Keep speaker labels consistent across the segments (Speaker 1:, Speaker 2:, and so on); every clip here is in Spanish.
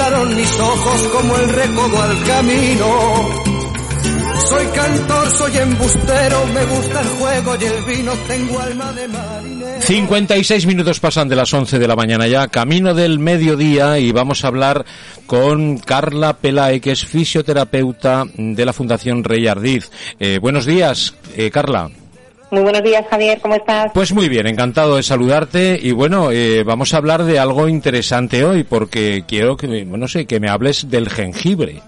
Speaker 1: llegaron mis ojos como el recodo al camino. Soy cantor, soy embustero, me gusta el juego y el vino, tengo alma de marinero.
Speaker 2: 56 minutos pasan de las 11 de la mañana ya, camino del mediodía y vamos a hablar con Carla Pelae, que es fisioterapeuta de la Fundación Rey Ardiz. Eh, buenos días, eh, Carla.
Speaker 3: Muy buenos días, Javier, ¿cómo estás?
Speaker 2: Pues muy bien, encantado de saludarte y bueno, eh, vamos a hablar de algo interesante hoy porque quiero que, me- no sé, que me hables del jengibre.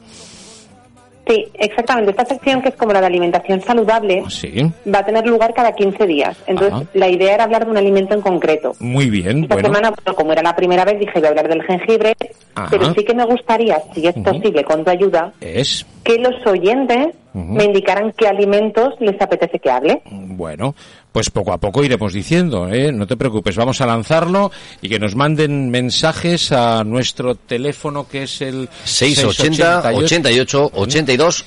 Speaker 3: Sí, exactamente. Esta sección, que es como la de alimentación saludable,
Speaker 2: Ah, Sí,
Speaker 3: va a tener lugar cada 15 días. Entonces,
Speaker 2: Ajá.
Speaker 3: la idea era hablar de un alimento en concreto.
Speaker 2: muy bien,
Speaker 3: Esta
Speaker 2: bueno.
Speaker 3: semana, bueno, como era la primera vez, dije voy a hablar del jengibre,
Speaker 2: Ajá.
Speaker 3: pero sí que me gustaría, si es
Speaker 2: Ujú.
Speaker 3: posible, con tu ayuda,
Speaker 2: Es,
Speaker 3: que los oyentes
Speaker 2: Ujú.
Speaker 3: me indicaran qué alimentos les apetece que hable.
Speaker 2: Bueno, pues poco a poco iremos diciendo, ¿eh? no te preocupes, vamos a lanzarlo y que nos manden mensajes a nuestro teléfono que es el
Speaker 4: 680, 88, 82,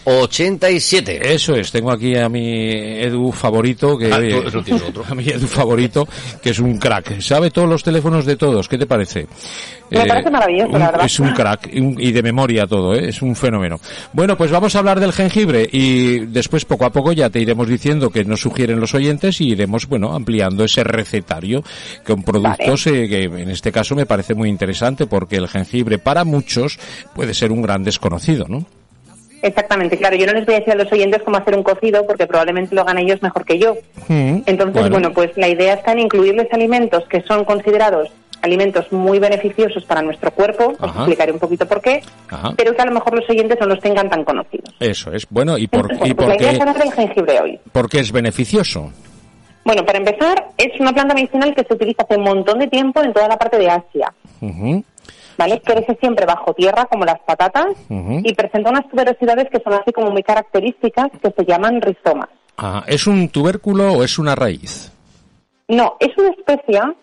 Speaker 4: 87.
Speaker 2: Eso es, tengo aquí a mi Edu favorito, que
Speaker 4: Ah,
Speaker 2: oye,
Speaker 4: tú- tú tienes otro.
Speaker 2: a mi Edu favorito, que es un crack, sabe todos los teléfonos de todos, ¿qué te parece? Eh,
Speaker 3: Me parece maravilloso,
Speaker 2: un-
Speaker 3: la verdad.
Speaker 2: Es un crack un- y de memoria todo, ¿eh? es un fenómeno. Bueno, pues vamos a hablar del jengibre y después poco a poco ya te iremos diciendo que nos sugieren los oyentes y iremos, bueno, ampliando ese recetario con productos eh, que en este caso me parece muy interesante porque el jengibre para muchos puede ser un gran desconocido, ¿no?
Speaker 3: Exactamente, claro, yo no les voy a decir a los oyentes cómo hacer un cocido porque probablemente lo hagan ellos mejor que yo.
Speaker 2: Mm,
Speaker 3: Entonces,
Speaker 2: bueno.
Speaker 3: bueno. pues la idea está en incluirles alimentos que son considerados alimentos muy beneficiosos para nuestro cuerpo, os
Speaker 2: Ajá.
Speaker 3: explicaré un poquito por qué,
Speaker 2: Ajá.
Speaker 3: pero que a lo mejor los oyentes no los tengan tan conocidos.
Speaker 2: Eso es. Bueno, ¿y por,
Speaker 3: Entonces,
Speaker 2: y
Speaker 3: bueno, pues
Speaker 2: por
Speaker 3: la idea
Speaker 2: qué,
Speaker 3: es hablar del jengibre hoy.
Speaker 2: por qué es beneficioso?
Speaker 3: Bueno, para empezar, es una planta medicinal que se utiliza hace un montón de tiempo en toda la parte de Asia.
Speaker 2: Ujú,
Speaker 3: ¿Vale? Crece siempre bajo tierra, como las patatas,
Speaker 2: Ujú.
Speaker 3: y presenta unas tuberosidades que son así como muy características, que se llaman rizomas.
Speaker 2: Ah, ¿Es un tubérculo o es una raíz?
Speaker 3: No, es una especia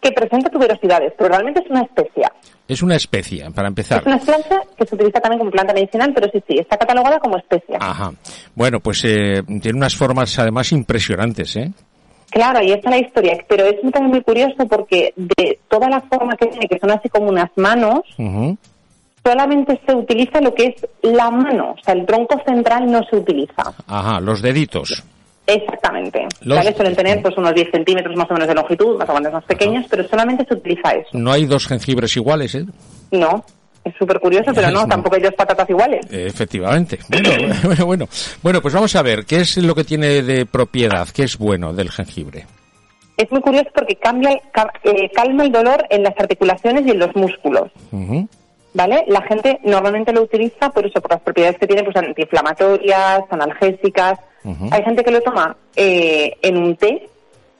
Speaker 3: que presenta tuberosidades, pero realmente es una especia.
Speaker 2: Es una especie, para
Speaker 3: Es una
Speaker 2: empezar.
Speaker 3: planta que se utiliza también como planta medicinal, pero sí, sí, está catalogada como especia.
Speaker 2: Ajá. Bueno, pues eh, tiene unas formas además impresionantes, ¿eh?
Speaker 3: Claro, y esta es la historia, pero es también muy curioso porque de toda la forma que tiene, que son así como unas manos,
Speaker 2: Ujú.
Speaker 3: solamente se utiliza lo que es la mano, o sea, el tronco central no se utiliza.
Speaker 2: Ajá, los deditos.
Speaker 3: Exactamente.
Speaker 2: Los-
Speaker 3: ¿Vale? Suelen tener pues unos 10 centímetros más o menos de longitud, más o menos más pequeñas, pero solamente se utiliza eso.
Speaker 2: No hay dos jengibres iguales, ¿eh?
Speaker 3: No, es súper curioso, pero no,
Speaker 2: No.
Speaker 3: tampoco hay dos patatas iguales.
Speaker 2: Eh, Efectivamente. Bueno, bueno, bueno. Bueno, pues vamos a ver, ¿qué es lo que tiene de propiedad? ¿Qué es bueno del jengibre?
Speaker 3: Es muy curioso porque cambia, ca- eh, calma el dolor en las articulaciones y en los músculos.
Speaker 2: Ujú.
Speaker 3: ¿Vale? La gente normalmente lo utiliza por eso, por las propiedades que tiene, pues antiinflamatorias, analgésicas.
Speaker 2: Ujú.
Speaker 3: Hay gente que lo toma eh, en un té,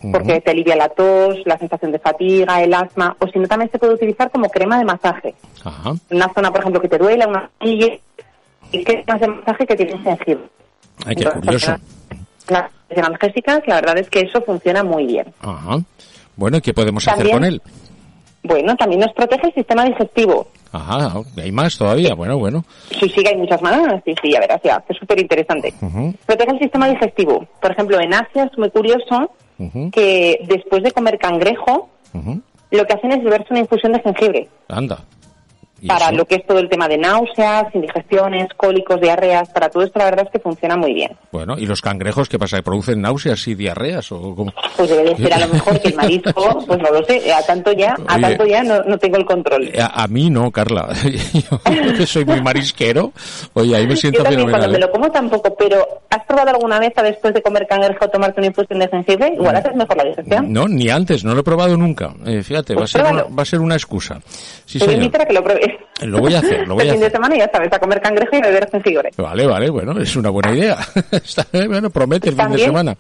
Speaker 2: Ujú.
Speaker 3: porque te alivia la tos, la sensación de fatiga, el asma, o si no también se puede utilizar como crema de masaje.
Speaker 2: Ajá.
Speaker 3: En Una zona, por ejemplo, que te duela, una mejilla, y cremas de masaje que tienen jengibre.
Speaker 2: Ay, qué
Speaker 3: Entonces,
Speaker 2: curioso.
Speaker 3: eh. Las las analgésicas, la verdad es que eso funciona muy bien.
Speaker 2: Ajá. Bueno, ¿y qué podemos hacer
Speaker 3: También-
Speaker 2: con él?
Speaker 3: Bueno, también nos protege el sistema digestivo.
Speaker 2: Ajá, hay más todavía. Bueno, bueno.
Speaker 3: Sí, sí, que hay muchas maneras. Sí, sí, ya verás, ya. Es súper interesante.
Speaker 2: Ujú.
Speaker 3: Protege el sistema digestivo. Por ejemplo, en Asia es muy curioso
Speaker 2: Ujú.
Speaker 3: que después de comer cangrejo,
Speaker 2: Ujú.
Speaker 3: lo que hacen es beberse una infusión de jengibre
Speaker 2: Anda. ¿Y
Speaker 3: para
Speaker 2: eso?
Speaker 3: lo que es todo el tema de náuseas, indigestiones, cólicos, diarreas. Para todo esto, la verdad es que funciona muy bien.
Speaker 2: Bueno, ¿y los cangrejos qué pasa? ¿Producen náuseas y diarreas? ¿O cómo?
Speaker 3: Pues debe de ser a lo mejor que el marisco, pues no lo sé, a tanto ya, a
Speaker 2: Oye.
Speaker 3: tanto ya no, no tengo el control.
Speaker 2: A, a mí no, Carla. Yo que soy muy marisquero. Oye, ahí me siento
Speaker 3: Yo también
Speaker 2: fenomenal.
Speaker 3: cuando me lo como tampoco, pero ¿has probado alguna vez a después de comer cangrejo tomarte una infusión de jengibre? Igual haces mejor la digestión.
Speaker 2: No, ni antes, no lo he probado nunca. Eh, fíjate, va a,
Speaker 3: Pues
Speaker 2: ser una,
Speaker 3: pruébalo.
Speaker 2: va a ser una excusa. Sí,
Speaker 3: Te voy a
Speaker 2: señor.
Speaker 3: invitar Pues a que lo pruebes.
Speaker 2: Lo voy a hacer, lo voy
Speaker 3: el
Speaker 2: a
Speaker 3: fin de
Speaker 2: hacer.
Speaker 3: semana ya sabes, a comer cangrejo y a beber jengibre.
Speaker 2: Vale, vale, bueno, es una buena idea. Está- bueno, promete el fin de
Speaker 3: También-
Speaker 2: semana.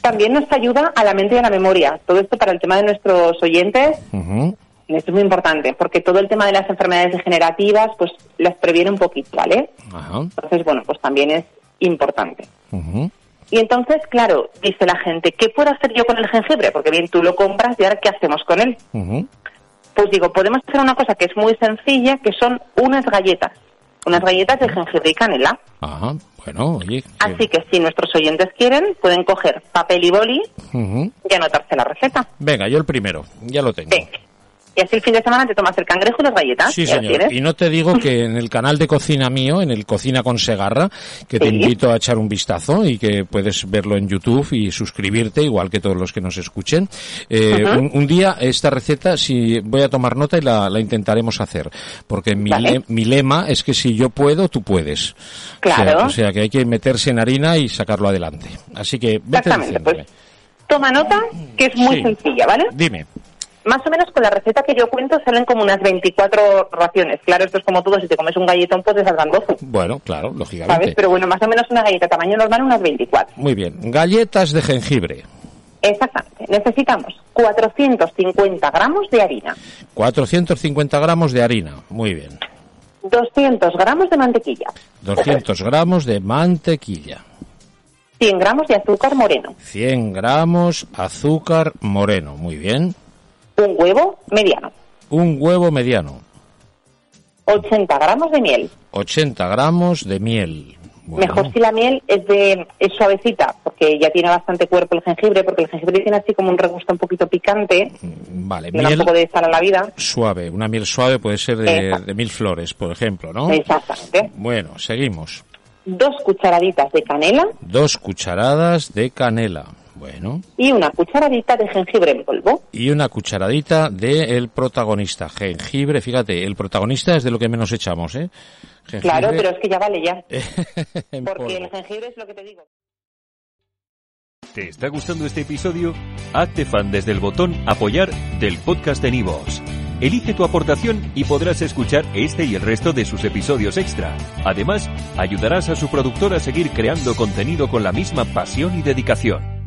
Speaker 3: También nos ayuda a la mente y a la memoria. Todo esto para el tema de nuestros oyentes,
Speaker 2: Ujú.
Speaker 3: esto es muy importante, porque todo el tema de las enfermedades degenerativas, pues las previene un poquito, ¿vale?
Speaker 2: Ajá.
Speaker 3: Entonces, bueno, pues también es importante.
Speaker 2: ujú.
Speaker 3: Y entonces, claro, dice la gente, ¿qué puedo hacer yo con el jengibre? Porque bien, tú lo compras y ahora, ¿qué hacemos con él?
Speaker 2: Ujú.
Speaker 3: Pues digo, podemos hacer una cosa que es muy sencilla, que son unas galletas. Unas galletas de jengibre y canela.
Speaker 2: Ajá. Bueno, oye. que-
Speaker 3: Así que si nuestros oyentes quieren, pueden coger papel y boli
Speaker 2: Ujú.
Speaker 3: y anotarse la receta.
Speaker 2: Venga, yo el primero. Ya lo tengo.
Speaker 3: Venga. Y así el fin de semana te tomas el cangrejo y las galletas.
Speaker 2: Sí, señor. Y no te digo que en el canal de cocina mío, en el Cocina con Segarra, que te
Speaker 3: Sí.
Speaker 2: invito a echar un vistazo y que puedes verlo en YouTube y suscribirte, igual que todos los que nos escuchen. Eh,
Speaker 3: Ajá.
Speaker 2: un, un día esta receta, si voy a tomar nota y la, la intentaremos hacer, porque mi,
Speaker 3: Vale.
Speaker 2: le- mi lema es que si yo puedo, tú puedes. O sea- O sea,
Speaker 3: Claro.
Speaker 2: que hay que meterse en harina y sacarlo adelante. Así que vete
Speaker 3: Exactamente, pues
Speaker 2: diciéndome.
Speaker 3: toma nota, que es muy
Speaker 2: eh. Sí.
Speaker 3: sencilla, ¿vale?
Speaker 2: Dime.
Speaker 3: Más o menos con la receta que yo cuento salen como unas 24 raciones. Claro, esto es como todo, si te comes un galletón pues te saldrán 12,
Speaker 2: Bueno, claro,
Speaker 3: ¿sabes?
Speaker 2: lógicamente.
Speaker 3: Pero bueno, más o menos una galleta tamaño normal unas 24.
Speaker 2: Muy bien. Galletas de jengibre.
Speaker 3: Exactamente. Necesitamos 450 gramos de harina,
Speaker 2: 450 gramos de harina. Muy bien.
Speaker 3: 200 gramos de mantequilla,
Speaker 2: 200 gramos de mantequilla.
Speaker 3: 100 gramos de azúcar moreno,
Speaker 2: 100 gramos azúcar moreno. Muy bien.
Speaker 3: un huevo mediano,
Speaker 2: Un huevo mediano.
Speaker 3: 80 gramos de miel.
Speaker 2: 80 gramos de miel. Bueno,
Speaker 3: Mejor si la miel es de es suavecita, porque ya tiene bastante cuerpo el jengibre, porque el jengibre tiene así como un regusto un poquito picante,
Speaker 2: mm, Vale,
Speaker 3: me da un
Speaker 2: miel
Speaker 3: poco de estar a la vida.
Speaker 2: suave. Una miel suave puede ser de,
Speaker 3: Exacto.
Speaker 2: de mil flores, por ejemplo, ¿no?
Speaker 3: Exactamente.
Speaker 2: Bueno, seguimos.
Speaker 3: Dos cucharaditas de canela
Speaker 2: Dos cucharadas de canela. Bueno.
Speaker 3: y una cucharadita de jengibre en polvo.
Speaker 2: Y una cucharadita del protagonista. Jengibre, fíjate, el protagonista es de lo que menos echamos, ¿eh? Jengibre
Speaker 3: Claro, pero es que ya vale ya,
Speaker 2: en
Speaker 3: porque el
Speaker 2: polvo.
Speaker 3: jengibre es lo que te digo.
Speaker 5: ¿Te está gustando este episodio? Hazte fan desde el botón Apoyar del podcast de Nivos. Elige tu aportación y podrás escuchar este y el resto de sus episodios extra. Además, ayudarás a su productor a seguir creando contenido con la misma pasión y dedicación.